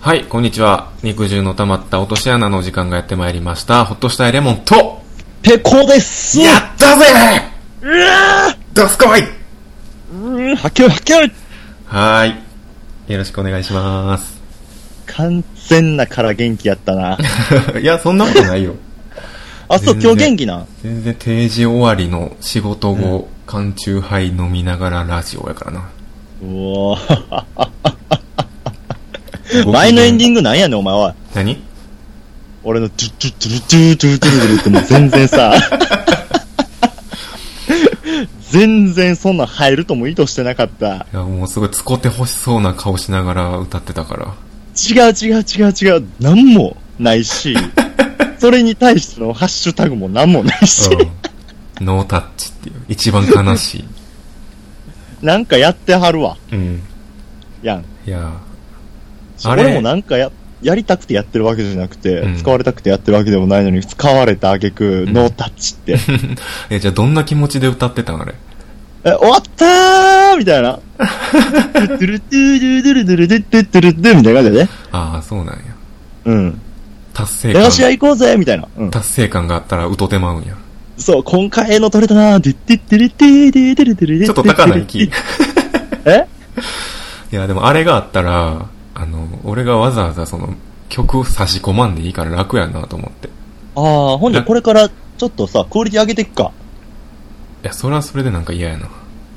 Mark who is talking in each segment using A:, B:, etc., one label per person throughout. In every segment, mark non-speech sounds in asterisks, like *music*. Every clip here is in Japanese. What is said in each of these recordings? A: はい、こんにちは。肉汁の溜まった落とし穴の時間がやってまいりました。ほっとしたいレモンと、
B: ペコです
A: やったぜ
B: うわ
A: どすこい
B: ーはけはけ
A: はーい。よろしくお願いします。
B: 完全なから元気やったな。
A: *laughs* いや、そんなことないよ。
B: あ、そう、
A: 全然
B: 今日元気なん
A: 全然定時終わりの仕事後、缶中杯飲みながらラジオやからな。
B: うおー前のエンデ
A: ィング
B: ィングなんやねん、お前は。
A: 何
B: 俺のドゥドゥドゥドゥドゥドゥドゥドゥってもう全然さ。全然そんなん入るとも意図してなかった。
A: いや、もうすごいつこて欲しそうな顔しながら歌ってたから。
B: 違う違う違う違う。なんもないし。それに対してのハッシュタグもなんもないし。
A: うん。 *laughs* ノータッチっていう。一番悲しい。
B: なんかやってはるわ。
A: うん。
B: やん。
A: いや、あ
B: あ
A: れ
B: れもなんかや、やりたくてやってるわけじゃなくて、
A: うん
B: 使われたくてやってるわけでもないのに、使われた挙句、
A: ん
B: ノータッチって。
A: え、じゃあどんな気持ちで歌ってたんあれ。
B: え、終わったーみたいな。ドゥルドゥルドゥルドゥルドゥルドゥルドゥルドゥルみたいな感じでね。
A: ああ、そうなんや。
B: うん。
A: 達成
B: 駄菓子屋
A: 感。
B: 行こうぜみたいな。うん。
A: 達成感があったらうとてまうんや。
B: そう、今回絵の撮れたなー。ドゥッドゥッドゥルドゥルドゥルドゥルドゥルドゥル
A: ちょっと高ない気。い
B: え
A: や、でもあれがあったら、あの、俺がわざわざその、曲差し込まんでいいから楽やなと思って。い
B: あー、ほんでこれから、ちょっとさ、クオリティ上げていくか。
A: や、それはそれでなんか嫌やな。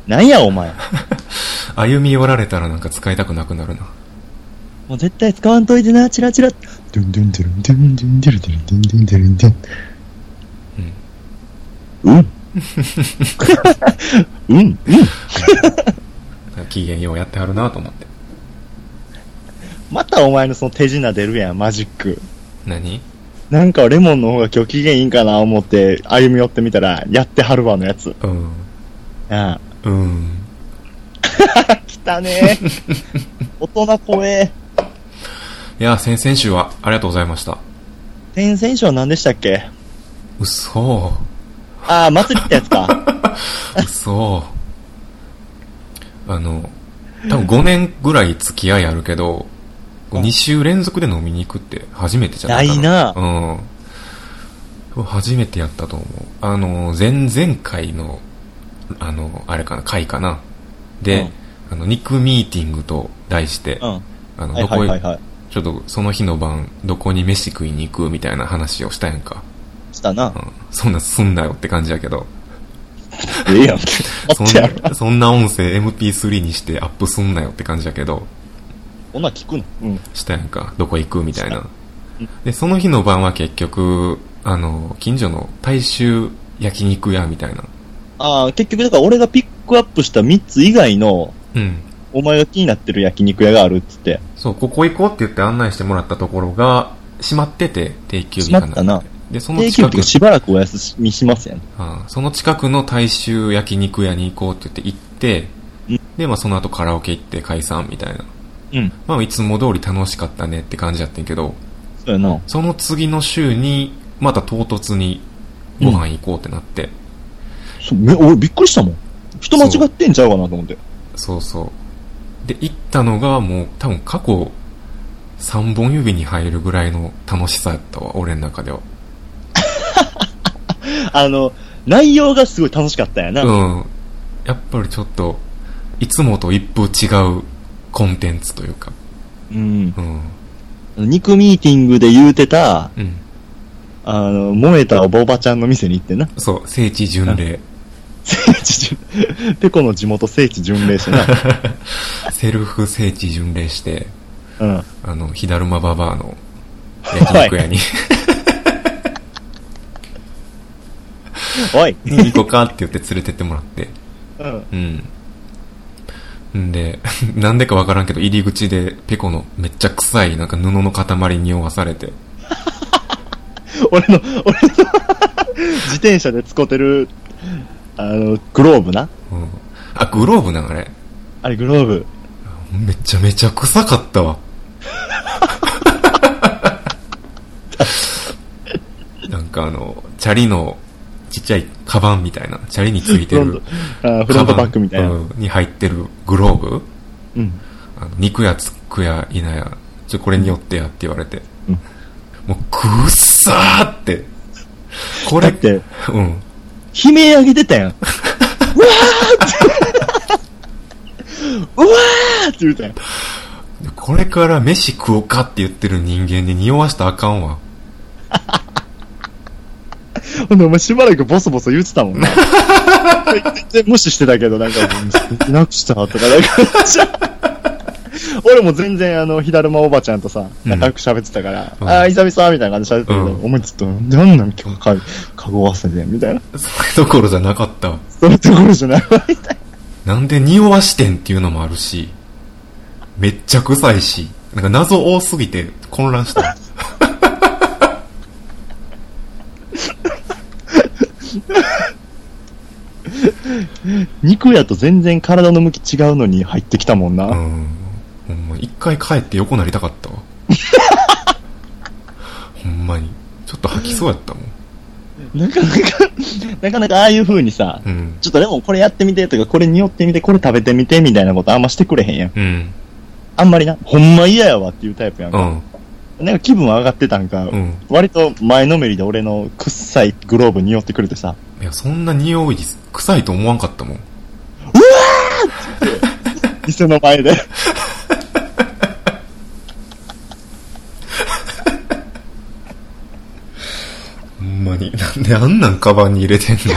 B: なんや、お前。
A: 歩み寄られたらなんか使いたくなくなるな。
B: もう絶対使わんといてな、チラチラ。ドゥンドゥンドゥルンドゥンドゥンドゥルドゥルドゥンドゥンドゥルンドゥン。うん。うん。うん。
A: 機嫌ようやってはるなと思って。
B: またお前のその手品出るやん、マジック。
A: 何
B: なんかレモンの方が今日機嫌いいんかな思って歩み寄ってみたら、やってはるわのやつ。
A: うん。
B: あ
A: うん。
B: あ。来た *laughs* ね大人怖え。
A: いや、先々週はありがとうございました。
B: 天選手は何でしたっけ
A: 嘘。
B: ああ、祭りってやつ *laughs* か。
A: 嘘。あの、多分5年ぐらい付き合いあるけど、
B: うん
A: 2週連続で飲みに行くって初めてじゃないかな。な。うん。初めてやったと思う。あの、前々回の、あの、あれかな、回かな。で、あの、肉ミーティングと題して、
B: うん。
A: あの、
B: はい
A: ど
B: は
A: こ
B: い
A: へ
B: はいはい。
A: ちょっとその日の晩、どこに飯食いに行くみたいな話をしたやんか。
B: したな
A: う。ん。そんなんすんなよって感じやけど。
B: ええ *laughs* やん。あ
A: そ
B: っ
A: ん
B: ちやろ。
A: な、そんな音声 MP3 にしてアップすんなよって感じやけど、
B: こんなん聞くのうん。
A: したやんか。どこ行くみたいな
B: うん。
A: で、その日の晩は結局、あの、近所の大衆焼肉屋みたいな。
B: ああ、結局だから俺がピックアップした3つ以外の、
A: うん。
B: お前が気になってる焼肉屋があるっつって。
A: そう、ここ行こうって言って案内してもらったところが、閉まってて、定休日かな。
B: 閉まったな
A: で、その
B: 定
A: 近
B: 休
A: く
B: 日、しばらくお休みしますやん。
A: ああその近くの大衆焼肉屋に行こうって言って
B: う
A: 行って、で、まあその後カラオケ行って解散みたいな。
B: うん。
A: まあいつも通り楽しかったねって感じやってんけど、
B: そうやな。
A: その次の週に、また唐突にご飯行こうってなって、
B: そうめ俺びっくりしたもん。人間違ってんちゃうかなと思って。
A: そうそう。で、行ったのがもう多分過去3本指に入るぐらいの楽しさやったわ、俺の中では。
B: あの、内容がすごい楽しかったんやな。
A: うん。やっぱりちょっと、いつもと一風違うコンテンツというか。
B: うん。
A: うん。
B: 肉ミーティングで言うてた、
A: うん。
B: あの、燃えたおぼばちゃんの店に行ってな。
A: そう、聖地巡礼。
B: 聖地巡、 *laughs* ペコの地元聖地巡礼してな。
A: *laughs* セルフ聖地巡礼して、
B: うん。
A: あの、火だるまババアの焼肉屋に、
B: おい。
A: に *laughs* 行こうかって言って連れてってもらって。
B: うん。
A: うん。んで、 *laughs* なんでかわからんけど、入り口でペコのめっちゃ臭い、なんか布の塊に匂わされて。
B: *laughs* 俺の、俺の自転車で使ってる、あの、グローブな。
A: うん。あ、グローブなんあれ。
B: あれ、グローブ。
A: めちゃめちゃ臭かったわ。 *laughs* なんかあの、チャリのちっちゃいカバンみたいな、チャリについて
B: フロン
A: る
B: ト、あフロントバックみたいな。
A: うんに入ってるグローブ
B: うん。
A: あの肉やつくやいなや、ちょ、これによってやって言われて。
B: うん
A: もう、くっさーって。これ
B: だって、
A: うん。
B: 悲鳴上げてた *laughs* やん。うわーって。う *laughs* わーって言うたやん。
A: これから飯食おうかって言ってる人間に匂わしたらあかんわ。
B: ほんで、お前しばらくボソボソ言ってたもんね。全然無視してたけど、なんか、うんなくしたとか、なんか、俺も全然、あの、ひだるまおばちゃんとさ、
A: うん
B: 仲良く喋ってたから、
A: うん
B: ああ、いさみさんみたいな感じで喋ってたけど、
A: うん
B: お前ちょっと、なんなん今日か、かご忘れてんみたいな。
A: それどころじゃなかったわ。
B: それところじゃないわ、みたい
A: なんで匂わしてんっていうのもあるし、めっちゃ臭いし、なんか謎多すぎて混乱した。
B: な。肉やと全然体の向き違うのに入ってきたもんな。
A: うん。ほんま、一回帰って横なりたか
B: *laughs*
A: ったわ。ほんまに。ちょっと吐きそうやったもん。
B: なかなか、なかなかああいう風にさ、
A: うん。
B: ちょっとでもこれやってみてとか、これ匂ってみて、これ食べてみてみたいなことあんましてくれへんやん。
A: うん。
B: あんまりな、ほんま嫌やわっていうタイプやん
A: う
B: か。
A: ん。
B: なんか気分上がってたんか、
A: うん。
B: 割と前のめりで俺のくっさいグローブ匂ってくれてさ、
A: いや、そんな匂い、臭いと思わんかったもん。
B: 店の前で。 *laughs*
A: ほんまに。なんであんなんカバンに入れてんの捨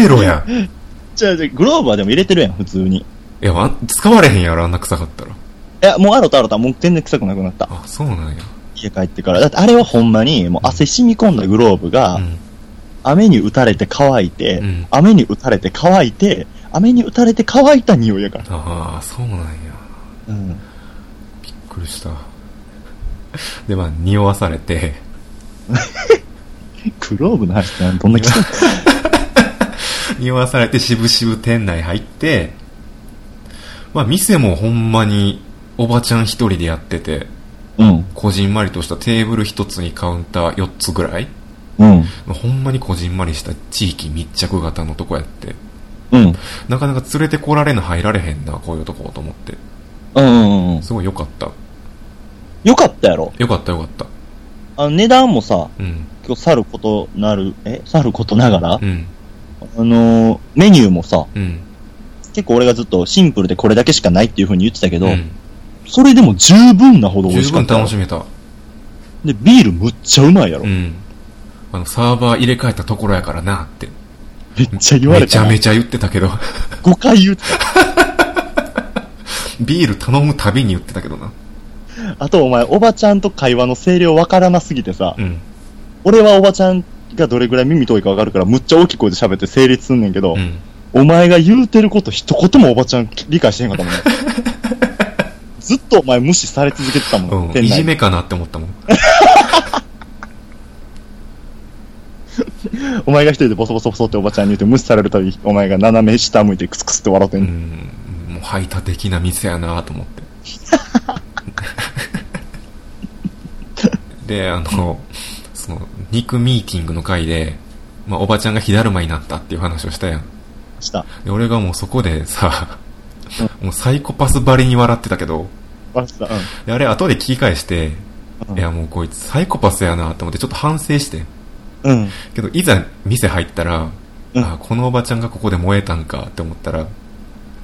A: てろやん。い
B: じゃあ、グローブはでも入れてるやん、普通に。い
A: や、あん使われへんやろ、あんな臭かったら。
B: や、もうあろたあろた、もう全然臭くなくなった。
A: あ、そうなんや。
B: 家帰ってから。だってあれはほんまに、もう汗染み込んだグローブが、
A: うん。
B: 雨に打たれて乾いて、
A: うん
B: 雨に打たれて乾いて、雨に打たれて乾いた匂いやから。
A: ああ、そうなんや。
B: うん。
A: びっくりした。で、まあ、匂わされて、
B: グローブの話ってなんどん
A: *laughs*
B: な気
A: 匂わされて、しぶしぶ店内入って、まあ、店もほんまに、おばちゃん一人でやってて、
B: うん。
A: こじんまりとしたテーブル一つにカウンター四つぐらい
B: うん。
A: ほんまにこじんまりした地域密着型のとこやって、
B: うん。
A: なかなか連れてこられな入られへんな、こういうとこと思って。
B: うん。うん。
A: すごい良かった。
B: よかったやろ。
A: 良かった良かった。
B: あの値段もさ、
A: うん。
B: 今日さることなる、えさることながら、
A: うん。
B: あのーメニューもさ、
A: うん。
B: 結構俺がずっとシンプルでこれだけしかないっていう風に言ってたけど、
A: うん
B: それでも十分なほど美味
A: 十
B: しかっ
A: 分
B: た。
A: 楽しめた。
B: で、ビールむっちゃうまいやろ。
A: うん。あの、サーバー入れ替えたところやからなって。
B: めっちゃ言わ
A: め
B: れ
A: ち
B: た
A: ゃ
B: な。
A: めちゃ言ってたけど。 *laughs*
B: 5回言って
A: ビール頼むたびに言ってたけどな。
B: た。あとお前、おばちゃんと会話の声量わからなすぎてさ、
A: うん。
B: 俺はおばちゃんがどれぐらい耳遠いかわかるから、むっちゃ大きい声で喋って成立すんねんけど、
A: うん。
B: お前が言うてること一言もおばちゃん理解してへんかったもんね。ずっとお前無視され続けてたもん、
A: うん。いじめかなって思ったもん。
B: お前が一人でボソボソボソっておばちゃんに言って無視されるたび、お前が斜め下向いてクスクスって笑って
A: うん
B: の、
A: ん。もう排他的な店やなと思
B: *laughs*
A: って。で、あの、その、肉ミーティングの回で、まあ、おばちゃんが火だるまになったっていう話をしたやん。
B: 下。
A: で俺がもうそこでさ、もうサイコパスばりに笑ってたけど、
B: 笑ってた。うん。
A: であれ後で聞き返して、
B: うん
A: いやもうこいつサイコパスやなと思ってちょっと反省して。
B: うん。
A: けどいざ店入ったら、
B: うん
A: あ、このおばちゃんがここで燃えたんかって思ったら、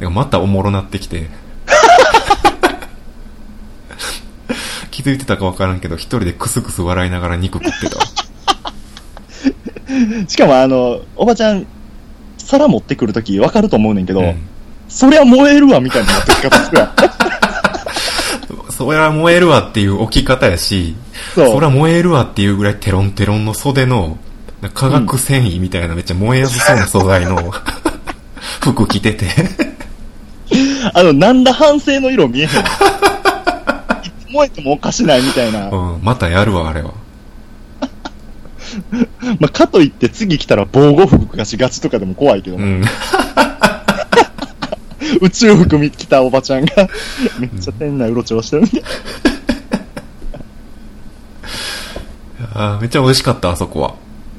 A: でまたおもろなってきて。 *laughs* 気づいてたかわからんけど、一人でクスクス笑いながら肉食ってたわ。
B: しかもあの、おばちゃん、皿持ってくるとき分かると思うねんけど、
A: うん
B: そりゃ燃えるわみたいな持ってき方する
A: *laughs*
B: わ。
A: そりゃ燃えるわっていう置き方やし、
B: そう
A: そりゃ燃えるわっていうぐらいテロンテロンの袖の、なんか化学繊維みたいなめっちゃ燃えやすそうな素材の
B: *laughs*
A: 服着てて、
B: あの、なんだ反省の色見えへん。燃えてもおかしないみたいな。
A: う
B: ま
A: ん、またやるわ、あれは。
B: あ、かといって次来たら防護服がしがちとかでも怖いけど、
A: うん。
B: 宇宙服見着たおばちゃんが、めっちゃ店内うろちょろしてるみたいな。
A: あーめっちゃ美味しかった、あそこは。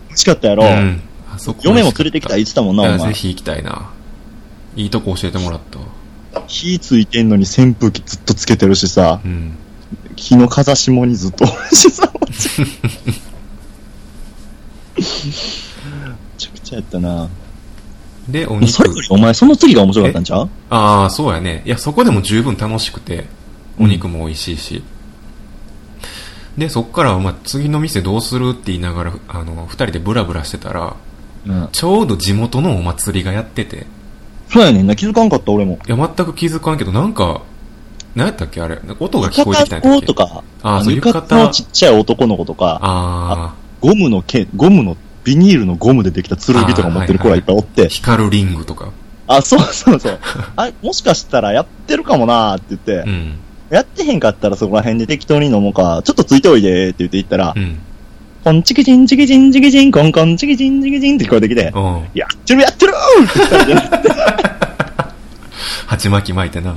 B: 欲しかったやろ。
A: うん。あそこ
B: 嫁も連れてきた
A: い
B: 言ってたもんな、お
A: やぜ
B: 前。
A: ひ行きたいな。いいとこ教えてもらったわ。
B: 火ついてんのに扇風機ずっとつけてるしさ、
A: うん。
B: 木の風下にずっとお *laughs* るしさ、めちゃくちゃやったな。
A: で、お肉
B: それ。よりお前、その次が面白かったんちゃう
A: ああ、そうやね。いや、そこでも十分楽しくて、
B: うん
A: お肉も美味しいし。で、そっから、まあ、次の店どうするって言いながら、あの、二人でブラブラしてたら、
B: うん。
A: ちょうど地元のお祭りがやってて、
B: そうやねんな、気づかんかった俺も。
A: いや、全く気づかんけど、なんか、何やったっけあれ。音が聞こえてきたん
B: 浴
A: やっ
B: 衣
A: た
B: と
A: っけ
B: か、
A: あーそう
B: 浴
A: 浴
B: 衣
A: 衣
B: のちっちゃい男の子とか、
A: あ
B: ゴムのけ、ゴムの、ビニールのゴムでできた剣とか持ってる子らいっぱいおって
A: あ、、光るリングとか。
B: あ、そうそうそう。あ、もしかしたらやってるかもなーって言って、
A: うん。
B: やってへんかったらそこら辺で適当に飲もうか、ちょっとついておいでーって言って行ったら
A: う、ん。
B: コンチキチンチキチンチキチン、コンコンチキチンチキチンって聞こえてきて、
A: うん。
B: やってるやってるーって言ったんじゃない
A: 鉢巻き巻いて *laughs* な。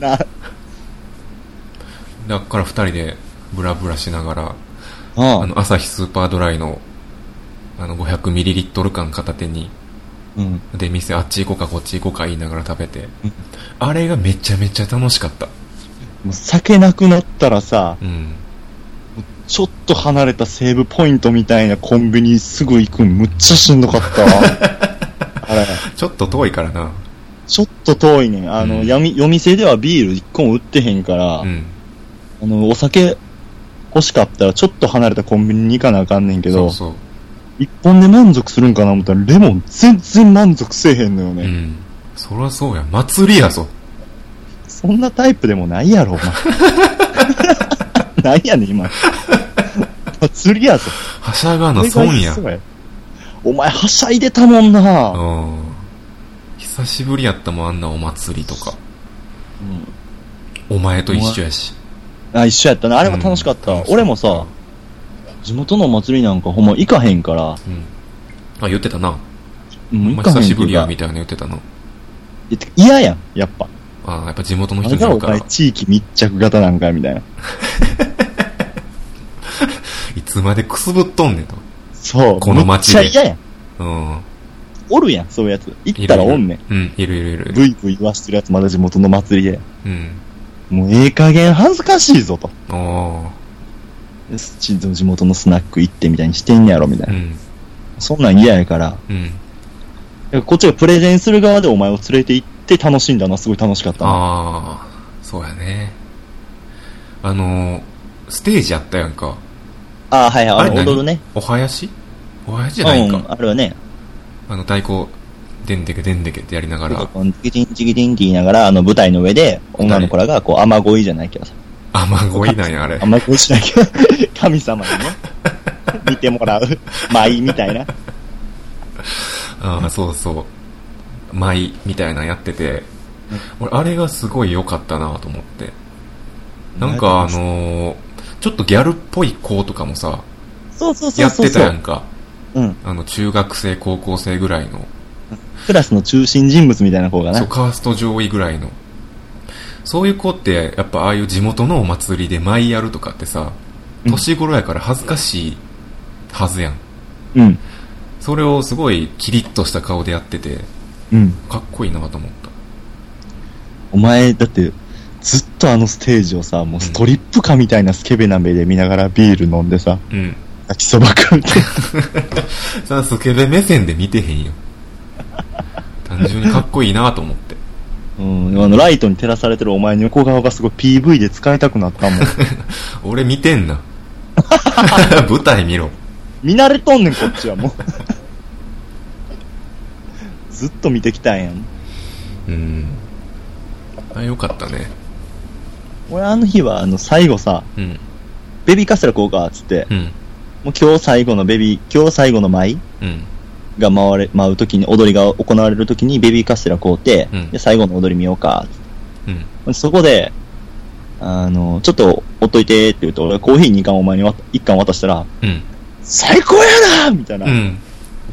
B: な。
A: だから二人で、ブラブラしながら、
B: あ
A: あの、朝日スーパードライの、あの、500ml 缶片手に、
B: うん。
A: で、店あっち行こうかこっち行こうか言いながら食べて、あれがめちゃめちゃ楽しかった。
B: もう酒なくなったらさ、
A: うん。
B: ちょっと離れたセーブポイントみたいなコンビニすぐ行くんむっちゃしんど
A: *laughs*
B: かったわ。あれ、
A: ちょっと遠いからな。
B: ちょっと遠いねん。あの、
A: うん
B: 闇夜店ではビール一個も売ってへんから、
A: うん。
B: あの、お酒欲しかったらちょっと離れたコンビニに行かなあかんねんけ
A: そ
B: ど
A: う、そう。
B: 一本で満足するんかな思ったら、レモン全然満足せえへんのよね。
A: うん。そらそうや。祭りやぞ。
B: そんなタイプでもないやろ、お前。
A: *laughs*
B: なんやねん、今。釣りやぞ。
A: はしゃがな損や。う
B: お前、はしゃいでたもんな。
A: ん。久しぶりやったもん、あんなお祭りとか。
B: うん
A: お前と一緒やし。
B: あ、一緒やったな。あれも楽しかった。
A: うん
B: 俺もさ、地元のお祭りなんかほんま行かへんから、
A: うん。あ、言ってたな。
B: うん、
A: ま
B: 行
A: あ
B: かへん
A: 久し
B: っていうか
A: ぶりや、みたいな言ってたな。
B: いやてか嫌やん、やっぱ。
A: ああ、やっぱ地元の
B: あ
A: 人
B: れ
A: にな
B: が
A: る
B: お
A: から
B: 前、、地域密着型なんかやみたいな。
A: いつまでくすぶっとんねんと。
B: そう。
A: この街で
B: めっちゃ嫌やん。
A: うん。
B: おるやん、そういうやつ。行ったらおんねん。
A: うん、いるいるいる。
B: ブイブイ言わしてるやつまだ地元の祭りで。
A: うん。
B: もうええ加減恥ずかしいぞと。
A: あ
B: ち地元のスナック行ってみたいにしてんねやろみたい
A: あ。う
B: な。
A: ん。
B: そんなん嫌やから。
A: うん。
B: こっちがプレゼンする側でお前を連れて行って楽しんだな、すごい楽しかったな。
A: ああ、そうやね。あのー、ステージあったやんか。
B: ああ、はいはい、あ
A: あれ
B: れ
A: 何
B: 踊るね。
A: お囃子お囃子じ
B: う
A: ゃないんか。
B: ん、あれはね、
A: あの、太鼓、でんでけでんでけってやりながら、
B: こうチキチンチキチンって言いながら、あの舞台の上で女の子らがこう、雨乞いじゃないけどさ。
A: 雨乞いなんや、あれ。
B: 雨乞いしないけど、
A: *laughs*
B: 神様にね、見てもらう、舞みたいな。
A: ああ、そうそう。舞みたいなのやってて、俺、あれがすごい良かったなと思って。なんか、あ、のー、ちょっとギャルっぽい子とかもさ、
B: そうそうそ
A: や
B: う
A: っ
B: そう
A: てた
B: そ
A: や。
B: うん
A: か。
B: うん。
A: あの、中学生、高校生ぐらいの、
B: クラスの中心人物みたいな子が
A: そう、
B: な。
A: カースト上位ぐらいの。そういう子って、やっぱああいう地元のお祭りで舞やるとかってさ、
B: うん
A: 年頃やから恥ずかしいはずやん。
B: うん。
A: それをすごいキリッとした顔でやってて、
B: うん。
A: かっこいいなと思っ
B: お前、だって、ずっとあのステージをさ、もうストリップかみたいなスケベな目で見ながらビール飲んでさ、
A: た。うん。
B: 焼きそば食うて。
A: さあ、スケベ目線で見てへんよ。単純にかっこいいなと思って。
B: うん、あの、ライトに照らされてるお前の横顔がすごい PV で使いたくなったもん。
A: 俺見てんな。 *laughs* 舞台見ろ。
B: *laughs* 見慣れとんねん、こっちはもう。ずっと見てきたんやん。
A: うん。あ、よかったね。
B: 俺あの日は、あの、最後さ、
A: うん。
B: ベビーカステラこうか、つって、
A: うん。
B: もう今日最後のベビー、今日最後の舞
A: うん。
B: が回れ、舞うときに、踊りが行われるときにベビーカステラこうて、
A: うん
B: で、最後の踊り見ようか、
A: うん。
B: そこで、あの、ちょっと、おっといてって言うと、俺コーヒー2缶お前にわ1缶渡したら、
A: うん。
B: 最高やなみたいな、
A: うん。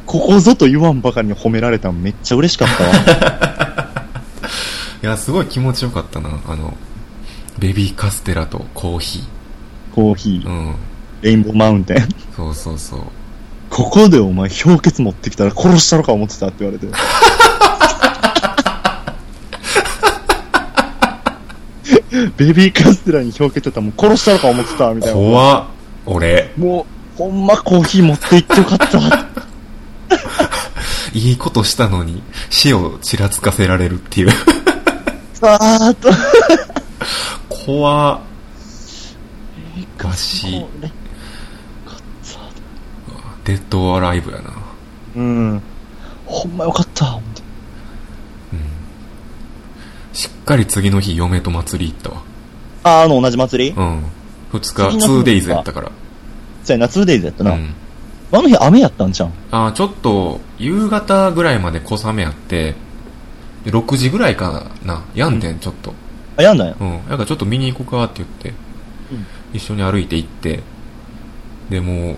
B: ここぞと言わんばかりに褒められたのめっちゃ嬉しかっ
A: *laughs*
B: たわ。
A: いや、すごい気持ちよかったな。あの、ベビーカステラとコーヒ
B: コーヒ
A: ー。う
B: ー、
A: ん。
B: レインボーマウンテン。
A: そうそうそう。
B: ここでお前氷結持ってきた
A: *laughs*
B: ら殺したのか思ってたって言われて。ベビーカステラに氷結ってたらもう殺したのか思ってた、みたいな。
A: 怖っ。俺、
B: もう、ほんまコーヒー持って行ってよかった。
A: いいことしたのに、死をちらつかせられるっていう。 *laughs*
B: あーっと。
A: 怖っ。ガシ
B: これ
A: デッドオアライブやな。
B: うん。ほんまよかった。ほんと
A: しっかり次の日、嫁と祭り行ったわ。
B: あー、あの、同じ祭り
A: うん。二日、
B: 次の日
A: 2days やったから。
B: そうやな、2デイズやったな。
A: うん。
B: あの日雨やったんじゃん。
A: あーちょっと、夕方ぐらいまで小雨あって、で6時ぐらいかな、病んでん、ちょっと。
B: あ、やんだよ。
A: うん。だからちょっと見に行こうかって言って、
B: うん
A: 一緒に歩いて行って、で、もう、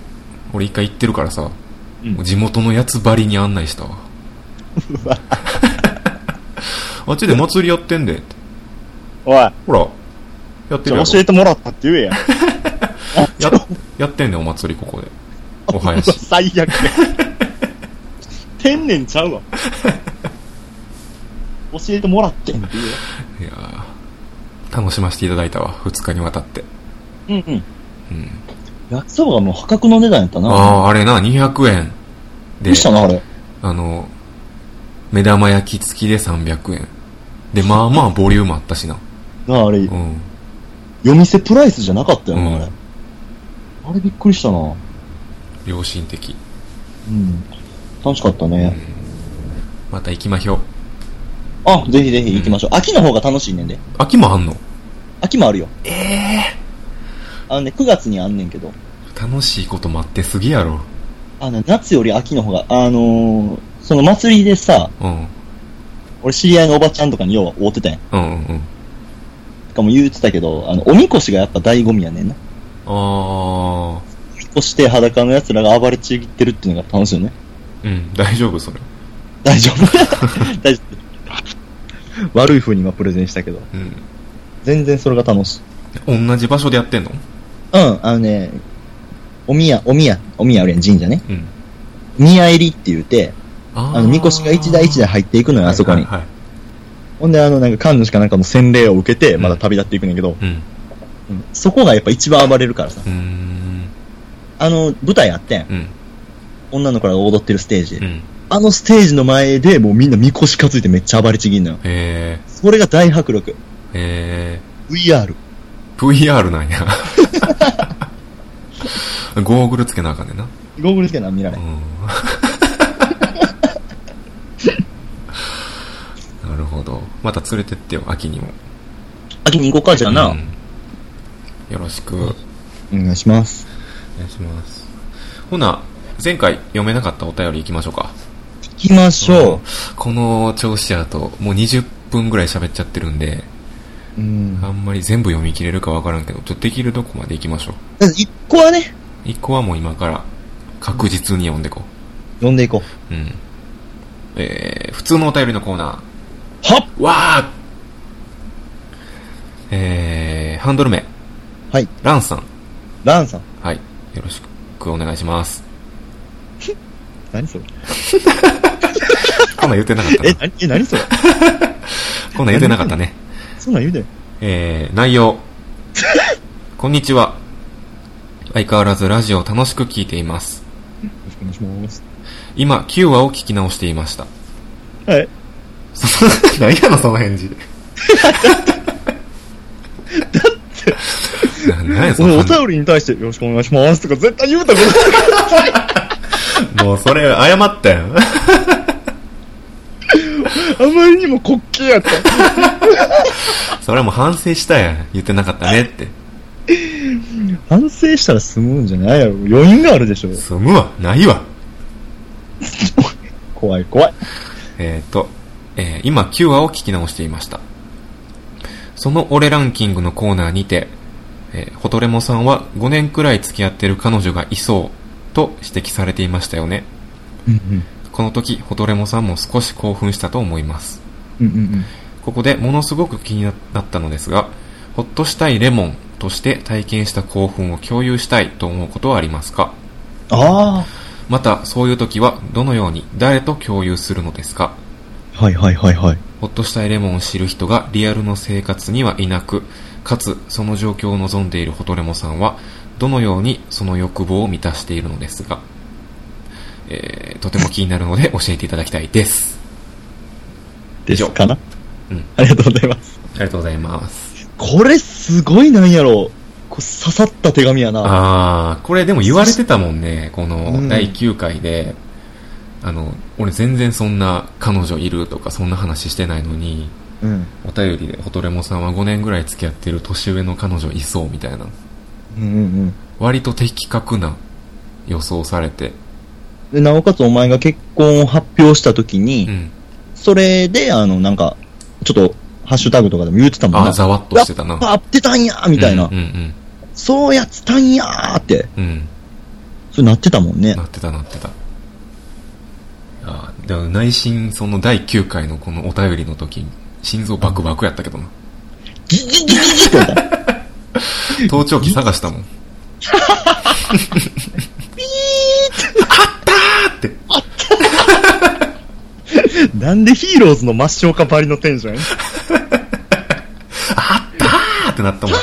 A: 俺一回行ってるからさ、
B: うん
A: もう地元のやつばりに案内したわ。 *laughs* あっちで祭りやってんで、
B: おい、
A: ほら、やって
B: じ
A: る
B: ゃ
A: や
B: あ
A: ろ
B: 教えてもらったって言
A: *laughs*
B: えや。
A: ややってんねん、お祭りここで。お
B: うわ
A: 囃子。
B: 最悪や。天然ちゃうわ。教えてもらってんって
A: いやー楽しませていただいたわ、二日にわたって。
B: 言うよ。うんうん。
A: うん。
B: 焼きそばがもう破格の値段やったな。
A: ああ、あれな、200円。
B: どうしたな、あれ。
A: あの、目玉焼き付きで300円。で、まあまあボリュームあったしな。
B: なあ、あれ、
A: うん。
B: 夜店プライスじゃなかったよ
A: う
B: な、あ
A: ん
B: れ。あれびっくりしたな。うん。
A: 良心的。
B: 楽しかった
A: うん
B: ね。。
A: また行きまひょう。
B: あ、ぜひぜひ行きましょう。秋の方が楽しいねんで。
A: 秋もあんの
B: 秋もあるよ。ええあのね、9月にあんねんけど。
A: 楽しいこと待ってすぎやろ。
B: あのね、夏より秋の方が、あのー、その祭りでさ、
A: うん。
B: 俺知り合いのおばちゃんとかに要は会うてたんやん。
A: うんうんうん。
B: しかも言うてたけど、あの、おみこしがやっぱ醍醐味やねんな。
A: あ
B: おみこして裸の奴らが暴れちぎってるっていうのが楽しいよね。
A: ー。うん、大丈夫それ。
B: 大丈 *laughs* 夫。大丈夫。悪い風に今プレゼンしたけど、
A: うん。
B: 全然それが楽しい。
A: 同じ場所でやってんの
B: うん、あのね、お宮、お宮、お宮あるやん、神社ね。
A: うん。
B: 宮入りって言うて、
A: あ
B: あの、みこしが一台一台
A: 入
B: 入っていくのよ、あそこに。
A: はいはい。
B: ほんで、あの、なんか、神主かなんかの洗礼を受けて、まだ旅立っていくねんけど、
A: うん。
B: うんそこがやっぱ一番暴れるからさ。
A: うーん。
B: あの、舞台あってん。
A: うん。
B: 女の子らが踊ってるステージ。
A: うん。
B: あのステージの前で、もうみんなみこし担いでめっちゃ暴れちぎんのよ。
A: え
B: それが大迫力。
A: ー、え
B: VR。
A: ー、VR なんや。 *laughs* ゴーグルつけなあかんねんな。
B: ゴーグルつけな、見られん。
A: うん *laughs* なるほど。また連れてってよ、秋にも。
B: 秋に行こうか、じゃあな。
A: うんよろしく。お願
B: お願いします。
A: いします。ほな、前回読めなかったお便り行きましょうか。
B: 行きましょ
A: この調子やと、もう20分ぐらい喋っちゃってるんで、
B: う。うん。
A: あんまり全部読み切れるかわからんけど、ちょっとできるとこまで行きましょう。
B: まず一個はね、
A: 一個はもう今から確実に読んでこ
B: 呼んでいこう。
A: う。うん。えー、普通のお便りのコーナー。
B: はっ
A: わあえー、ハンドル名、
B: はい。
A: ランさん。
B: ランさん。
A: はい。よろしくお願いします。
B: 何それ
A: こんなん言ってなかった
B: え
A: な。、
B: え、何それ
A: こんなん言ってなかったね。
B: そんなん言うで。
A: えー、内
B: *laughs*
A: 容。こんにちは。相変わらずラジオを楽しく聞いています。
B: よろしくお願いします。
A: 今、9話を聞き直していました。
B: はい。
A: そ *laughs* 何やの、その返事。だって。何や、そ
B: 俺、
A: の
B: お
A: 返
B: 便りに対して、よろしくお願いしますとか絶対言うたことない。
A: 事。もう、それ、謝ったよ。
B: あ *laughs* まりにも滑稽やった。
A: *laughs* それはもう反省したやん。言ってなかったねって。
B: 反省したら済むんじゃないやろ。余韻があるでしょ。
A: 済むわ、ないわ。
B: 怖い怖い。
A: えー、と、えー今9話を聞き直していました。その俺ランキングのコーナーにて、えー、ホトレモさんは5年くらい付き合ってる彼女がいそうと指摘されていましたよね。
B: うんうん。
A: この時、ホトレモさんも少し興奮したと思います。
B: うんうん
A: ここでものすごく気になったのですが、ほっとしたいレモンとして体験した興奮を共有したいと思うことはありますか
B: あ
A: また、そういう時はどのように誰と共有するのですか
B: あ。はいはいはいはい。
A: ホッとしたいレモンを知る人がリアルの生活にはいなく、かつその状況を望んでいるホトレモさんはどのようにその欲望を満たしているのですが、えー、とても気になるので教えていただきたいです
B: ですかな
A: うん
B: ありがとうございます。
A: ありがとうございます
B: これすごいなんやろ。こう刺さった手紙やな。
A: ああこれでも言われてたもんねこ
B: う
A: の
B: ん
A: 第9回で、あの俺全然そんな彼女いるとかそんな話してないのに
B: うん。
A: お便りでホトレモさんは5年ぐらい付き合ってる年上の彼女いそうみたいな
B: うんうん
A: 割と的確な予想されて
B: うん。で、なおかつお前が結婚を発表した時に、
A: うん
B: それで、あの、なんか、ちょっと、ハッシュタグとかでも言ってたもん
A: あ
B: な。
A: あざわっとしてたな
B: あ、合ってたんやみたいな。
A: うんうん
B: そうやってたんやーって、
A: うん、うん
B: そうなってたもんね。
A: なってたなってたあーでも内心その第9回のこのお便りの時心臓バクバクやったけ
B: *laughs*
A: どな
B: ギギギギギって言った。ピ
A: 盗聴器探したもん
B: ーって。 *laughs* なんでヒーローズの抹消化ばりのテンションやね
A: あーってなったも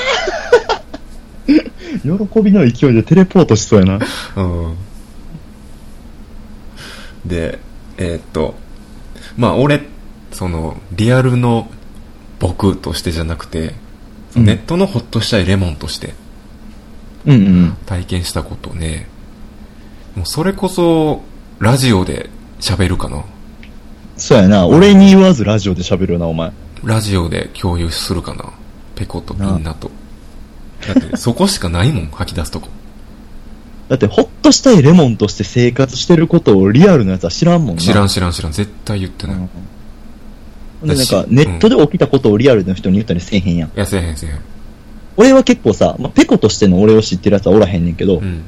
B: 喜びの勢いでテレポートしそうやな。
A: ん、うん、でえーっとまあ俺そのリアルの僕としてじゃなくて、
B: うん
A: ネットのホッとしたいレモンとして
B: うんうん。
A: 体験したことね、もうそれこそ、ラジオで喋るかな。
B: そうやな。俺に言わずラジオで喋るよな、お前。
A: ラジオで共有するかな。ペコとみんなと。だって、そこしかないもん、吐き出すとこ。
B: だって、ほっとしたいレモンとして生活してることをリアルなやつは知らんもん *laughs* な。
A: 知ら
B: ん。
A: ん知らん知らん、絶対言ってない。
B: で、なんか
A: だ、し
B: ネットで起きたことをリアルの人に言ったりせえへんやん。
A: いや、せえへんせえへん。
B: 俺は結構さ、まあ、ペコとしての俺を知ってるやつはおらへんねんけど、
A: うん。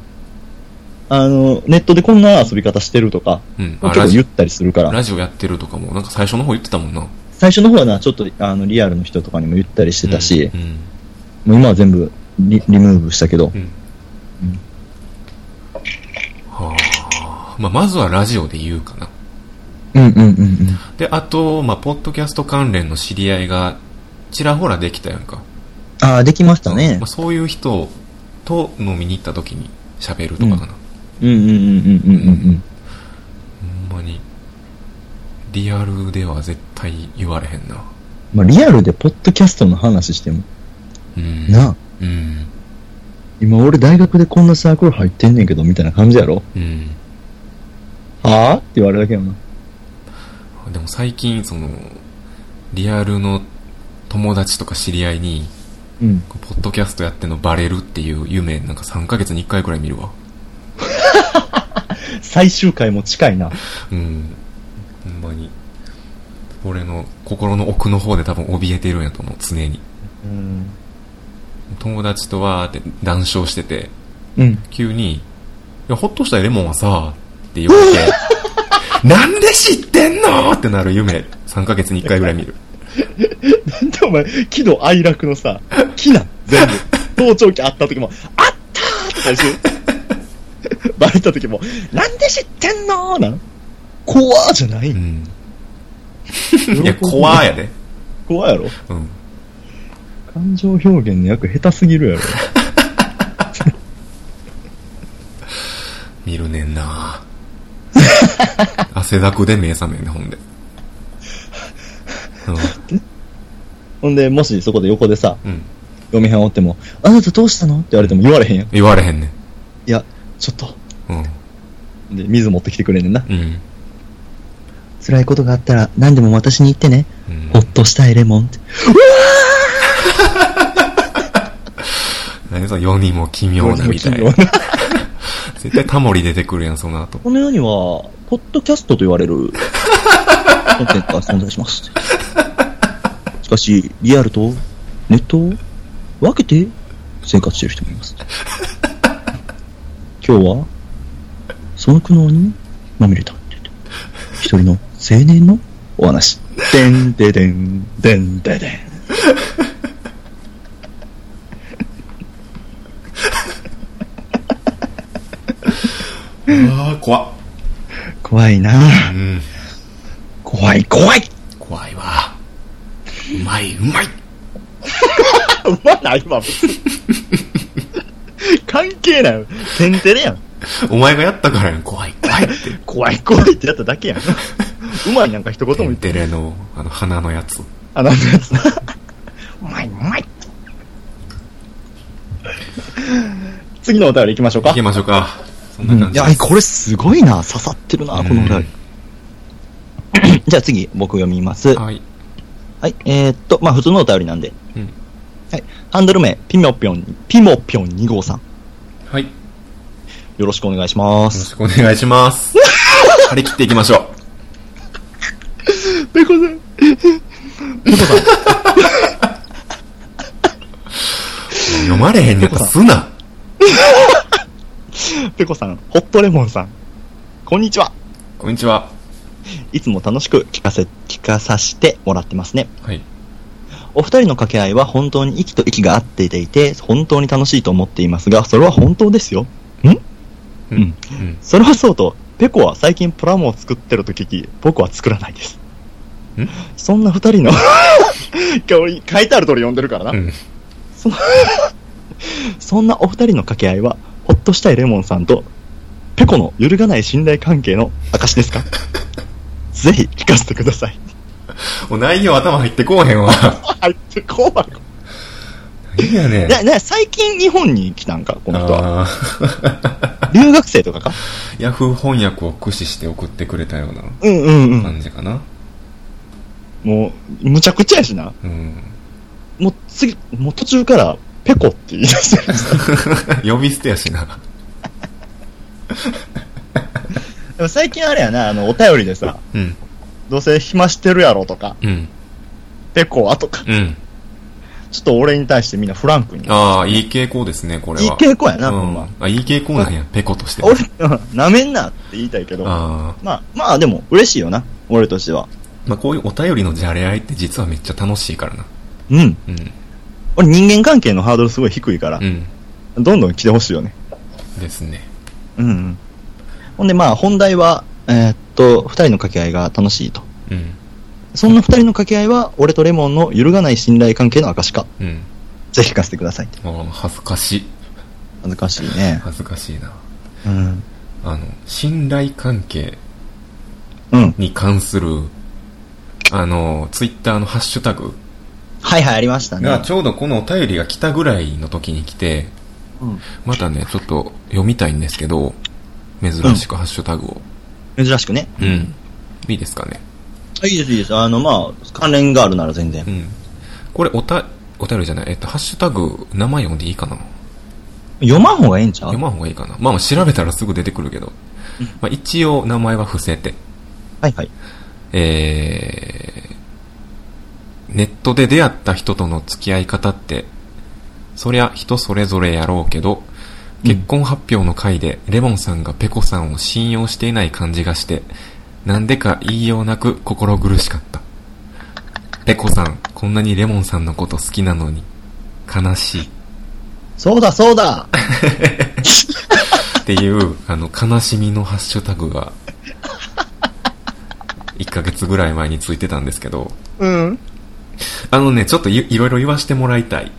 B: あの、ネットでこんな遊び方してるとか、
A: うん。あ、
B: 結構
A: ラ
B: 言
A: ジ
B: ったりするか
A: オ、
B: ら、
A: ラジオやってるとかも、なんか最初の方言ってたもんな。
B: 最初の方はな、ちょっと、あの、リアルの人とかにも言ったりしてたし、
A: うん。うん
B: もう今は全部リ、リムーブしたけど
A: う、ん。はあ。まあ、まずはラジオで言うかな。
B: うんうんうんうん。
A: で、あと、まあ、ポッドキャスト関連の知り合いが、ちらほらできたやんか。
B: ああ、できましたね
A: まあ、。そういう人と飲みに行った時に喋るとかかな。
B: うんうんうんうんうんうん
A: ほんまに。リアルでは絶対言われへんな。
B: うん。まあ、リアルでポッドキャストの話しても、
A: うん。
B: なあ、
A: うん。
B: 今俺大学でこんなサークル入ってんねんけど、みたいな感じやろ
A: うん。
B: はぁって言われるだけやもんな。
A: でも最近、その、リアルの友達とか知り合いに、
B: うん。
A: ポッドキャストやってんのバレるっていう夢、なんか3ヶ月に1回くらい見るわ。
B: 最終回も近いな。
A: うん。ほんまに。俺の心の奥の方で多分怯えてるんやと思う、常に。
B: うん。
A: 友達とわーって談笑してて、
B: うん。
A: 急に、いや、ほっとしたレモンはさ、って言われ *laughs* て、なんで知ってんのってなる夢、3ヶ月に1回ぐらい見る。
B: なんでお前、喜怒哀楽のさ、喜なん、全部。盗聴器あった時も、あったーって感じ。 *laughs* バレた時も、なんで知ってんのーなん。怖ーじゃない
A: うん。いや、怖ーやで。
B: 怖いやろ
A: うん。
B: 感情表現の役下手すぎるやろ。
A: 見るねんな *laughs* 汗だくで目覚めんね、ほんで。
B: ほんで、もしそこで横でさ、
A: うん。うん。
B: 嫁はんおっても、あなたどうしたのって言われても言われへんやん。
A: 言われへんね
B: いや、ちょっと。
A: ん。うん。
B: で、水持ってきてくれんねんな。
A: うん。
B: 辛いことがあったら何でも私に言ってね。
A: うん
B: ほっとしたいレモンって。
A: 何その世にも奇妙なみたいな。絶対タモリ出てくるやん、その後。
B: この世には、ポッドキャストと言わ *laughs* れるコンテンツが存在します。しかし、リアルとネットを分けて生活してる人もい *laughs* ます。今日は、その苦悩にまみれた一人の青年のお話。 *laughs* でんででん、でんででん。
A: ああ、怖っ。
B: 怖いなぁ
A: うん。
B: 怖い怖い
A: 怖いわ。うまい、うまい。
B: うう *laughs* まないわ、別に *laughs* 関係ないよ。テンテレやん。
A: お前がやったからやん、怖い、怖い *laughs* って。
B: 怖い怖いってやっただけ *laughs* やん。うまいなんか一言も
A: テ
B: 言っ
A: ン
B: て
A: テレの、あの、花のやつ。
B: あ、なんのやつな。うまいうまい。次のお便り行きましょうか。
A: 行きましょうか。そんな感
B: い
A: じ。
B: や、これすごいな。刺さってるな、このお便り。じゃあ次、僕読みます。は
A: はい。
B: い。えーっと、まあ普通のお便りなんで。
A: うん
B: はい。ハンドル名、ピモピョン、ピモピョン2号さん。
A: はい。よ
B: よろしくお願いしま
A: ろ
B: す。
A: しくお願いします。張り切っていきましょ
B: ペコさん。
A: う。読まれへんねんからすな。
B: ペコさん、ホットレモンさん。こんにちは。
A: こんにちは。
B: いつも楽しく聞かせ、聞かさせてもらってますね。
A: はい。
B: お二人の掛け合いは本当に息と息が合っていていて、本当に楽しいと思っていますが、それは本当ですよ。。
A: うんうん。
B: それはそうと、ペコは最近プラモを作ってると聞き、僕は作らないです
A: ん。
B: そんな二
A: *laughs*
B: 人の今日書いてある通り読んでるからな。
A: うん。
B: そんなお二人の掛け合いは、ほっとしたいレモンさんと、ペコの揺るがない信頼関係の証で
A: *laughs*
B: すかぜひ聞かせてください。
A: もう内容頭入ってこうへんわ。
B: 入ってこい。
A: 何やねん。
B: な、な、最近日本に来たんか、この人は。
A: あー
B: 留学生
A: *laughs*
B: とかか
A: ヤフー翻訳を駆使して送ってくれたような
B: うんうんうん。
A: 感じかな。
B: もう、むちゃくちゃやしな。
A: うん。
B: もう次、もう途中から、ペコって言い出してる
A: *laughs*
B: んですよ
A: *laughs* 呼び捨てやしな。
B: でも最近あれやな、あの、お便りでさ、
A: うん。
B: どうせ暇してるやろとか、
A: うん。
B: ペコはとか、
A: うん。
B: ちょっと俺に対してみんなフランクに。いい
A: ああ、いい傾向ですね、これは。
B: 傾向やな、ほ
A: うんん
B: ま。。
A: あ、いい傾向なんや、ペコとして。
B: 俺、 *laughs* なめんなって言いたいけど、ま
A: ああ。
B: あ、まあでも、嬉しいよな、俺としては。
A: まあ、こういうお便りのじゃれ合いって実はめっちゃ楽しいからな。
B: うん。
A: うん。
B: 俺人間関係のハードルすごい低いから
A: う、ん。
B: どんどん来てほしいよね。
A: ですね。
B: うんうん。ほんでまあ、本題は、えーっと、二人の掛け合いが楽しいと。
A: うん。
B: そんな二人の掛け合いは、俺とレモンの揺るがない信頼関係の証か。
A: うん。
B: ぜひ聞かせてくださいって。
A: ああ、恥ずかしい。
B: 恥ずかしいね。
A: 恥ずかしいな。
B: うん。
A: あの、信頼関係
B: うん。
A: に関する、あの、ツイッターのハッシュタグ
B: はいはい、ありましたね。
A: がちょうどこのお便りが来たぐらいの時に来て、またね、ちょっと読みたいんですけど、珍しくハッシュタグを。
B: うん、珍しくね。
A: うん。いいですかね。
B: あいいです、いいです。あの、まあ、関連があるなら全然
A: う。ん。これ、おた、お便りじゃない、えっと、ハッシュタグ、名前読んでいいかな
B: 読まん方がええんちゃう
A: 読まん方がいいかな。まあまあ、調べたらすぐ出てくるけど
B: うん。
A: まあ、一応、名前は伏せて。
B: はいはい。
A: えー、ネットで出会った人との付き合い方って、そりゃ人それぞれやろうけど、
B: うん
A: 結婚発表の回でレモンさんがペコさんを信用していない感じがして、なんでか言いようなく心苦しかった。ペコさん、こんなにレモンさんのこと好きなのに、悲しい。
B: そうだそ
A: *laughs*
B: うだ
A: っていう、あの、悲しみのハッシュタグが、1ヶ月ぐらい前についてたんですけど、
B: うん。
A: あのね、ちょっといいろいろ言わしてもらいたい。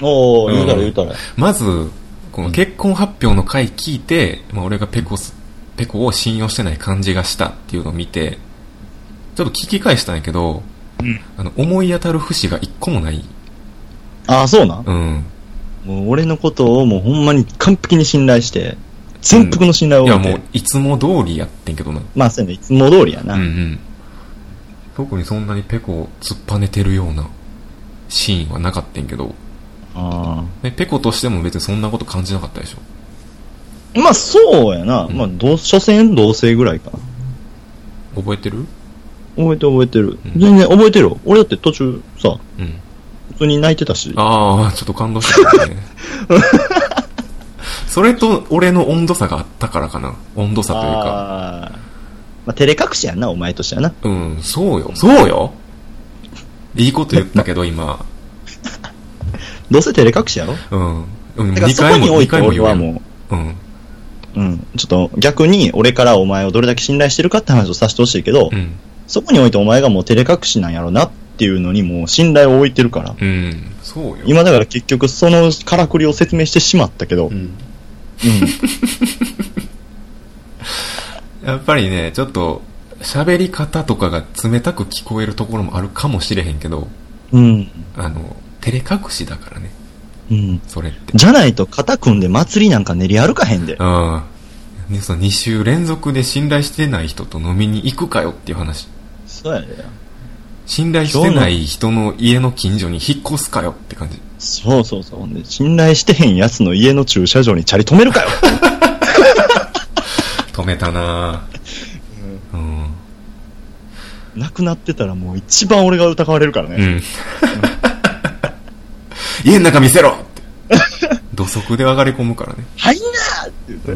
B: お
A: う
B: ー、
A: ん
B: 言うたら言うたら。
A: まず、この結婚発表の回聞いて、まあ、俺がペコス、ペコを信用してない感じがしたっていうのを見て、ちょっと聞き返したんやけど、
B: うん
A: あの、思い当たる節が一個もない。
B: ああ、そうなん。
A: うん。
B: もう俺のことをもうほんまに完璧に信頼して、全幅の信頼を
A: い
B: 置
A: や、
B: いて。
A: もう、いつも通りやってんけどな。
B: まあ、そうやね。いつも通りやな。
A: うんうん。特にそんなにペコを突っぱねてるようなシーンはなかったんやけど、
B: あ
A: ねペコとしても別にそんなこと感じなかったでしょ。
B: ーまあ、そうやな。
A: うん
B: まあ、どう、所詮同性ぐらいかな。
A: 覚えてる
B: 覚えてる覚えてる。
A: うん
B: 全然覚えてるよ。俺だって途中さ、
A: うん。
B: 普通に泣いてたし。
A: ああ、ちょっと感動した
B: *laughs*
A: ね。それと俺の温度差があったからかな。温度差というか。
B: あーまあ、照れ隠しやんな、お前としてはな。
A: うん、そうよ。そうよいいこと言ったけど、今。
B: どうせ照れ隠しやろ
A: うん。うん
B: だから
A: 二
B: そこにおい
A: 二
B: て俺は
A: よ
B: も
A: うん。
B: う、うん、ちょっと逆に俺からお前をどれだけ信頼してるかって話をさせてほしいけど、
A: うん。
B: そこにおいてお前がもう照れ隠しなんやろなっっていうのにもう信頼を置いてるから。
A: うん。そうよ。
B: 今だから結局そのからくりを説明してしまったけど、う。
A: うんん。やっぱりね、ちょっと、喋り方とかが冷たく聞こえるところもあるかもしれへんけど、
B: うん。
A: あの、照れ隠しだからね、
B: うん。
A: それって。
B: じゃないと肩組んで祭りなんか練り歩かへんで。
A: ああ。ね、その2週連続で信頼してない人と飲みに行くかよっていう話。
B: そうやで。
A: 信頼してない人の家の近所に引っ越すかよって感じ。
B: そうそうそう。ほんで、信頼してへん奴の家の駐車場にチャリ止めるかよ。 *laughs*
A: 止めたなぁ。うん。
B: なくなってたらもう一番俺が疑われるから
A: う
B: ね。
A: ん。 *laughs* 家の中見せろって。土足で上がり込むからね。
B: はいなーって言って。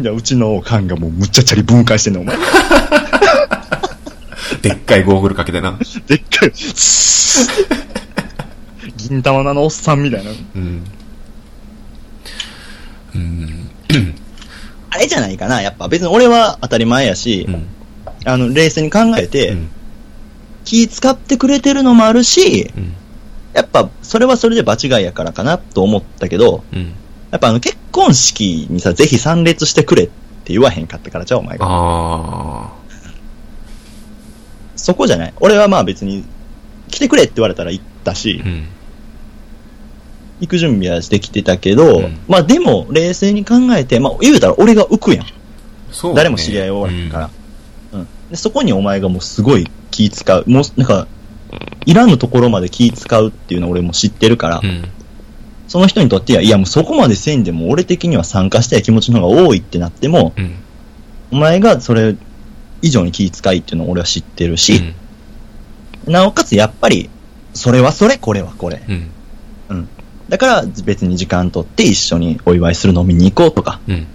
B: じゃあ、うちのおかんがもうむっちゃチャリ分解してんの、
A: *laughs*
B: お前。
A: でっかいゴーグルかけてな。
B: でっかい。 *laughs* 銀玉菜のおっさんみたいな。
A: うん。うん。
B: あれじゃないかな、やっぱ。別に俺は当たり前やし、
A: うん。
B: あの、冷静に考えて、
A: うん
B: 気使ってくれてるのもあるし、
A: うん。
B: やっぱ、それはそれで場違いやからかなと思ったけど、
A: うん。
B: やっぱあの、結婚式にさ、ぜひ参列してくれって言わへんかったから、じゃあお前が。
A: あ
B: そこじゃない。俺はまあ別に、来てくれって言われたら行ったし、
A: ー。うん。
B: 行く準備はしてきてたけど、
A: うん
B: まあでも、冷静に考えて、まあ言うたら俺が浮くやん。
A: そう、ね。
B: 誰も知り合いおらへんから。うん、で。そこにお前がもうすごい気使う。もう、なんか、いらぬところまで気使うっていうのを俺も知ってるから、
A: うん。うん。
B: その人にとっては、いやもうそこまでせんでも俺的には参加したい気持ちの方が多いってなっても、
A: うん。
B: お前がそれ以上に気使いっていうのを俺は知ってるし、なおかつやっぱり、それはそれ、これはこれ。
A: うん。うん。
B: だから別に時間取って一緒にお祝いする飲みに行こうとか、
A: うん。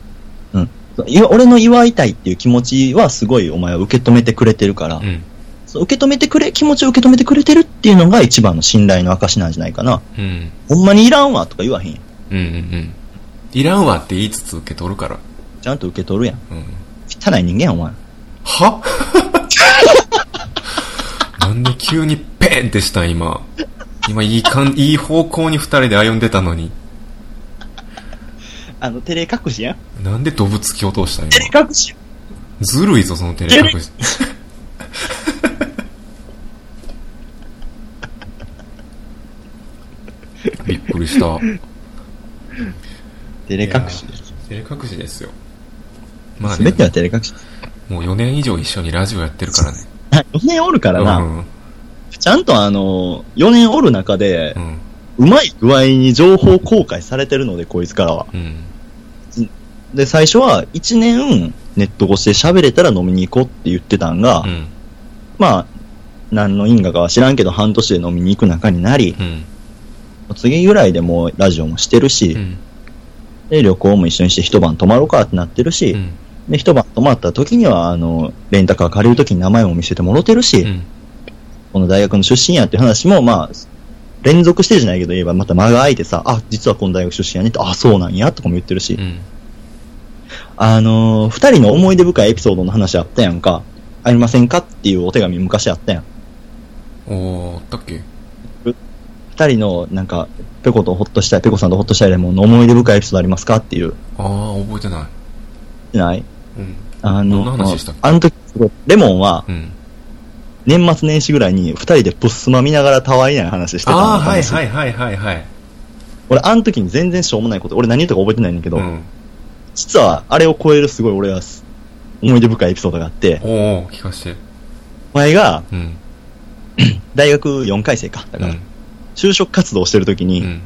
B: いや俺の祝いたいっていう気持ちはすごいお前は受け止めてくれてるから、
A: うん。
B: そう受け止めてくれ、気持ちを受け止めてくれてるっていうのが一番の信頼の証なんじゃないかな。
A: うん。
B: ほんまにいらんわとか言わへんやん。
A: うん。うん。いらんわって言いつつ受け取るから。
B: ちゃんと受け取るやん。
A: うん。
B: 汚い人間やん、お前。
A: はなんで急にペンってしたん今。今いいかん、いい方向に二人で歩んでたのに。
B: あの、照れ隠しやん。
A: なんでドブ突き落としたん今。
B: 照れ隠しやん。
A: ずるいぞ、その照れ隠し。 *laughs* びっくりした。
B: 照れ隠し。
A: 照れ隠しですよ。まあ
B: すべ
A: ね
B: て、は照れ隠し。
A: もう4年以上一緒にラジオやってるからね。
B: *laughs* 4年おるからな、
A: うん。
B: ちゃんとあの、4年おる中で
A: う、ん。
B: うまい具合に情報公開されてるので、こいつからは。
A: うん。
B: で、最初は1年ネット越しで喋れたら飲みに行こうって言ってたんが、
A: うん。
B: まあ、何の因果かは知らんけど半年で飲みに行く仲になり、
A: うん。
B: 次ぐらいでもうラジオもしてるし、
A: うん。
B: で旅行も一緒にして一晩泊まろうかってなってるし、
A: うん。
B: で一晩泊まった時にはあのレンタカー借りる時に名前も見せてもろてるし、
A: うん。
B: この大学の出身やっていう話もまあ連続してじゃないけど言えばまた間が空いてさあ実はこの大学出身やねってあそうなんやとかも言ってるし、
A: うん。
B: あのー二人の思い出深いエピソードの話あったやんかありませんかっていうお手紙昔あったやん
A: おー、あったっけ
B: 二人のなんかペコとホッとしたいペコさんとホッとしたいレモンの思い出深いエピソードありますかっていう
A: あー、覚えてない。
B: ない
A: うん。
B: あ
A: ど
B: の
A: んな話でしたっけ
B: あの時すごいレモンは
A: うん。
B: 年末年始ぐらいに二人でプッスマ見ながらたわいない話してたの
A: あー、はい
B: 楽しい
A: はいはいはいはい。
B: 俺あの時に全然しょうもないこと俺何言ったか覚えてないんだけど、
A: うん。
B: 実はあれを超えるすごい俺はす思い出深いエピソードがあって
A: おーおー、聞かして。
B: お前が
A: うん。
B: 大学4回生かだ
A: う
B: から、
A: ん。
B: 就職活動してる時に、
A: うん。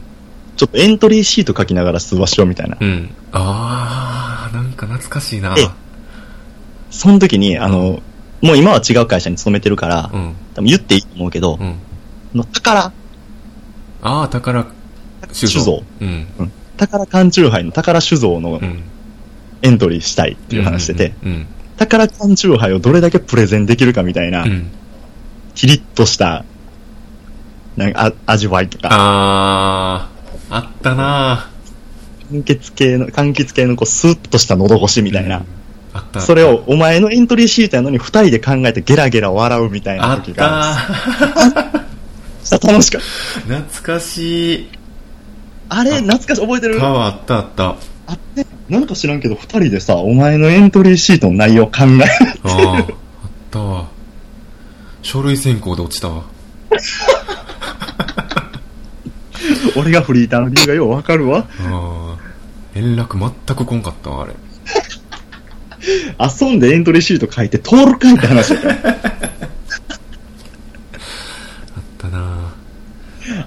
B: ちょっとエントリーシート書きながら通話しようみたいな、
A: うん。あー、なんか懐かしいな。
B: えその時にあのもう今は違う会社に勤めてるから、
A: うん。
B: 多分言っていいと思うけど、
A: うん。
B: あの宝
A: あー、宝酒
B: 酒造
A: 造。うん。
B: 宝缶中杯の宝酒造の
A: うん。
B: エントリーしたいっていう話してて、
A: うん。
B: 宝缶中杯をどれだけプレゼンできるかみたいな、
A: うん。うん。
B: キリッとした、なんか、あ味わいとか、
A: あー、あったな
B: 柑橘系の、柑橘系のこう、スーッとした喉越しみたいな。。
A: あった。
B: それを、お前のエントリーシートやのに、二人で考えてゲラゲラ笑うみたい
A: あ
B: な
A: っ
B: 時が、
A: た
B: した、楽しかった。
A: 懐かしい。
B: あれ、懐かしい、覚えてる
A: パワーあったあった。
B: あって、なんか知らんけど、二人でさ、お前のエントリーシートの内容考え、 *laughs*
A: ああ、あったわ。書類選考で落ちたわ。
B: 俺がフリーターの理由がようわかるわ。
A: ああ。連絡全く来んかったわ、あれ。
B: 遊んでエントリーシート書いて通るかいって話。
A: あったな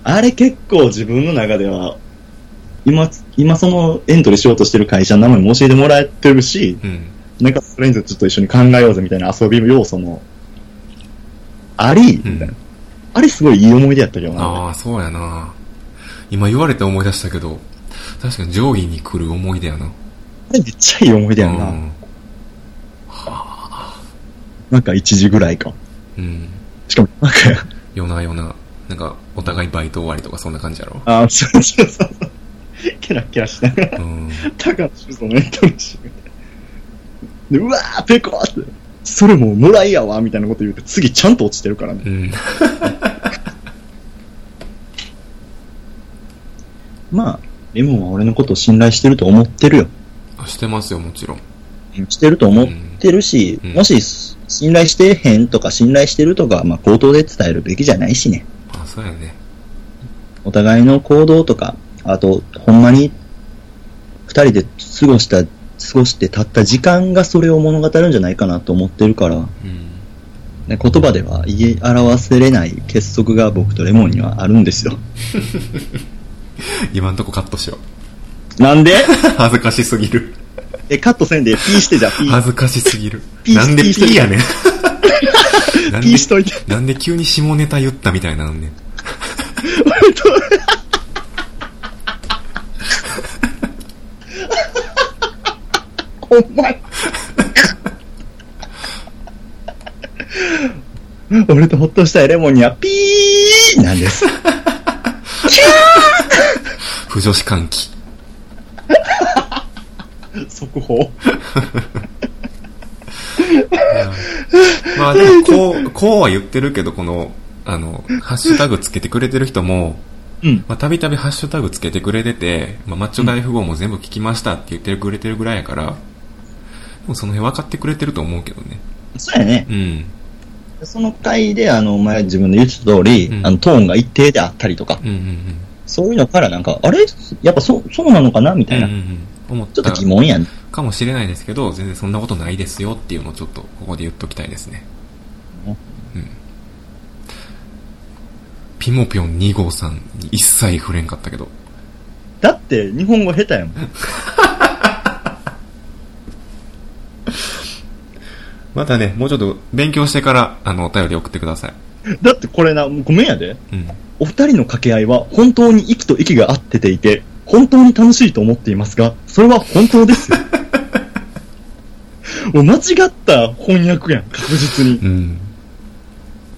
B: あれ結構自分の中では、今、今そのエントリーしようとしてる会社の名前も教えてもらえてるし、
A: うん。
B: なんかそれについてちょっと一緒に考えようぜみたいな遊びの要素もあり、
A: う。
B: みたいなんあれすごいいい思い出やったけどな。
A: ああ、そうやな今言われて思い出したけど、確かに上位に来る思い出やな。
B: あれめっちゃいい思い出やんな。
A: うん。
B: なんか1時ぐらいか。
A: うん。
B: しかも、なんか、
A: 夜な夜な、なんか、お互いバイト終わりとかそんな感じや
B: *laughs*
A: ろ。
B: ああ、そうそうそうそう。キラキラしながら。
A: うん。
B: 高橋そのエントリーシートで、うわー、ペコーって、それもうもらいやわ、みたいなこと言うて、次ちゃんと落ちてるからね。
A: うん。
B: まあ、レモンは俺のことを信頼してると思ってるよ。
A: あしてますよ、もちろん。
B: してると思ってるし、
A: うんうん
B: もし、信頼してへんとか、信頼してるとか、まあ、口頭で伝えるべきじゃないしね。
A: あ、そうやね。
B: お互いの行動とか、あと、ほんまに、二人で過ごした、過ごしてたった時間がそれを物語るんじゃないかなと思ってるから、
A: うん。
B: ね、言葉では言い表せれない結束が僕とレモンにはあるん *laughs* ですよ。
A: 今んとこカットしろ。 *laughs*
B: なんで
A: 恥ずかしすぎる。
B: え、カットせんで、ピーしてじゃあ、ピー、
A: 恥ずかしすぎる。
B: ピー
A: なんで
B: ピ
A: ピ
B: ーしとい
A: ー
B: て
A: やねん。
B: *laughs*
A: なんで
B: ピーしといて。
A: なんで急に下ネタ言ったみたいなんねん。
B: ほん *laughs* まに。俺とほっとしたいレモンにはピーなん *laughs* です。
A: 不女子歓喜。
B: 速報。
A: まあでも、こう、こうは言ってるけど、この、あの、ハッシュタグつけてくれてる人も、
B: うん。
A: まあ、たびたびハッシュタグつけてくれてて、まあ、マッチョ大富豪も全部聞きましたって言ってくれてるぐらいやから、でもその辺分かってくれてると思うけどね。
B: そうやね。
A: うん。
B: その回で、あの、お前自分の言ってた通り、
A: うん
B: あの、トーンが一定であったりとか、
A: うんうん
B: そういうのからなんか、あれやっぱそう、そうなのかなみ
A: うん。う
B: た
A: ん
B: い
A: うんう
B: な。
A: ん。思っ
B: ちょ
A: た
B: っと疑問やね。
A: かもしれないですけど、全然そんなことないですよっていうのをちょっとここで言っときたいですね。うん。ピモピョン2号さんに一切触れんかったけど。
B: だって、日本語下手やもん。
A: またね、もうちょっと勉強してから、あの、お便り送ってください。
B: だってこれな、ごめんやで。
A: うん。
B: お二人の掛け合いは本当に息と息が合ってていて、本当に楽しいと思っていますが、それは本当で
A: *laughs*
B: すよ。もう間違った翻訳やん、確実に。
A: うん。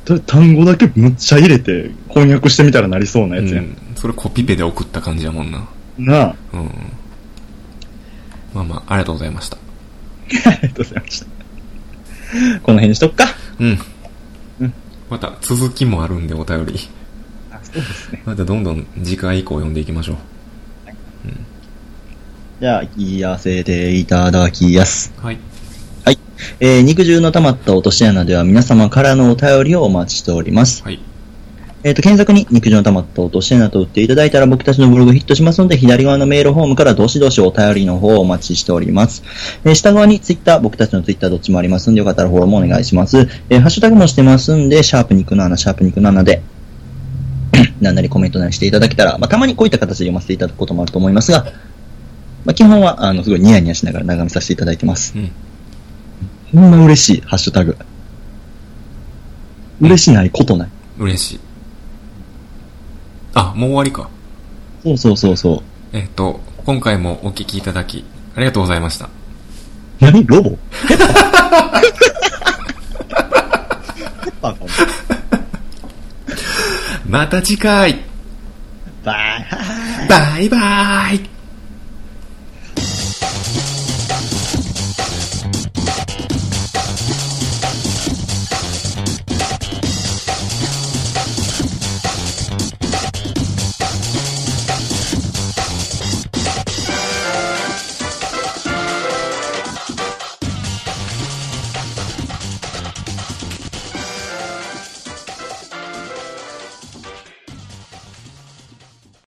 B: た単語だけむっちゃ入れて翻訳してみたらなりそうなやつやん。
A: それコピペで送った感じやもんな。
B: なあ、
A: うん。まあまあ、ありがとうございました。
B: *laughs* ありがとうございました。この辺にしとくか。
A: うん。
B: うん
A: また続きもあるんで、お便り。
B: そうですね。
A: またどんどん次回以降読んでいきましょう。
B: じゃあ、言い合わせていただきやす。
A: はい。
B: はい。えー肉汁の溜まった落とし穴では皆様からのお便りをお待ちしております。
A: はい。
B: えっ、と、検索に肉汁の玉と落とし穴と打っていただいたら僕たちのブログヒットしますので、左側のメールフォームからどしどしお便りの方をお待ちしております。えー下側にツイッター、僕たちのツイッターどっちもありますんで、よかったらフォローもお願いします。えーハッシュタグもしてますんで、シャープ肉の穴、シャープ肉の穴で、 *laughs* なんなりコメントなりしていただけたら、まあ、たまにこういった形で読ませていただくこともあると思いますが、まあ、基本は、あの、すごいニヤニヤしながら眺めさせていただいてます。
A: うん。
B: ほんま嬉しい、ハッシュタグ。嬉しないことない。
A: 嬉しい。あ、もう終わりか。
B: そうそうそうそう。
A: えっと、今回もお聞きいただき、ありがとうございました。
B: 何ロボペッパーかも。
A: また次回
B: バイ
A: バイバーイ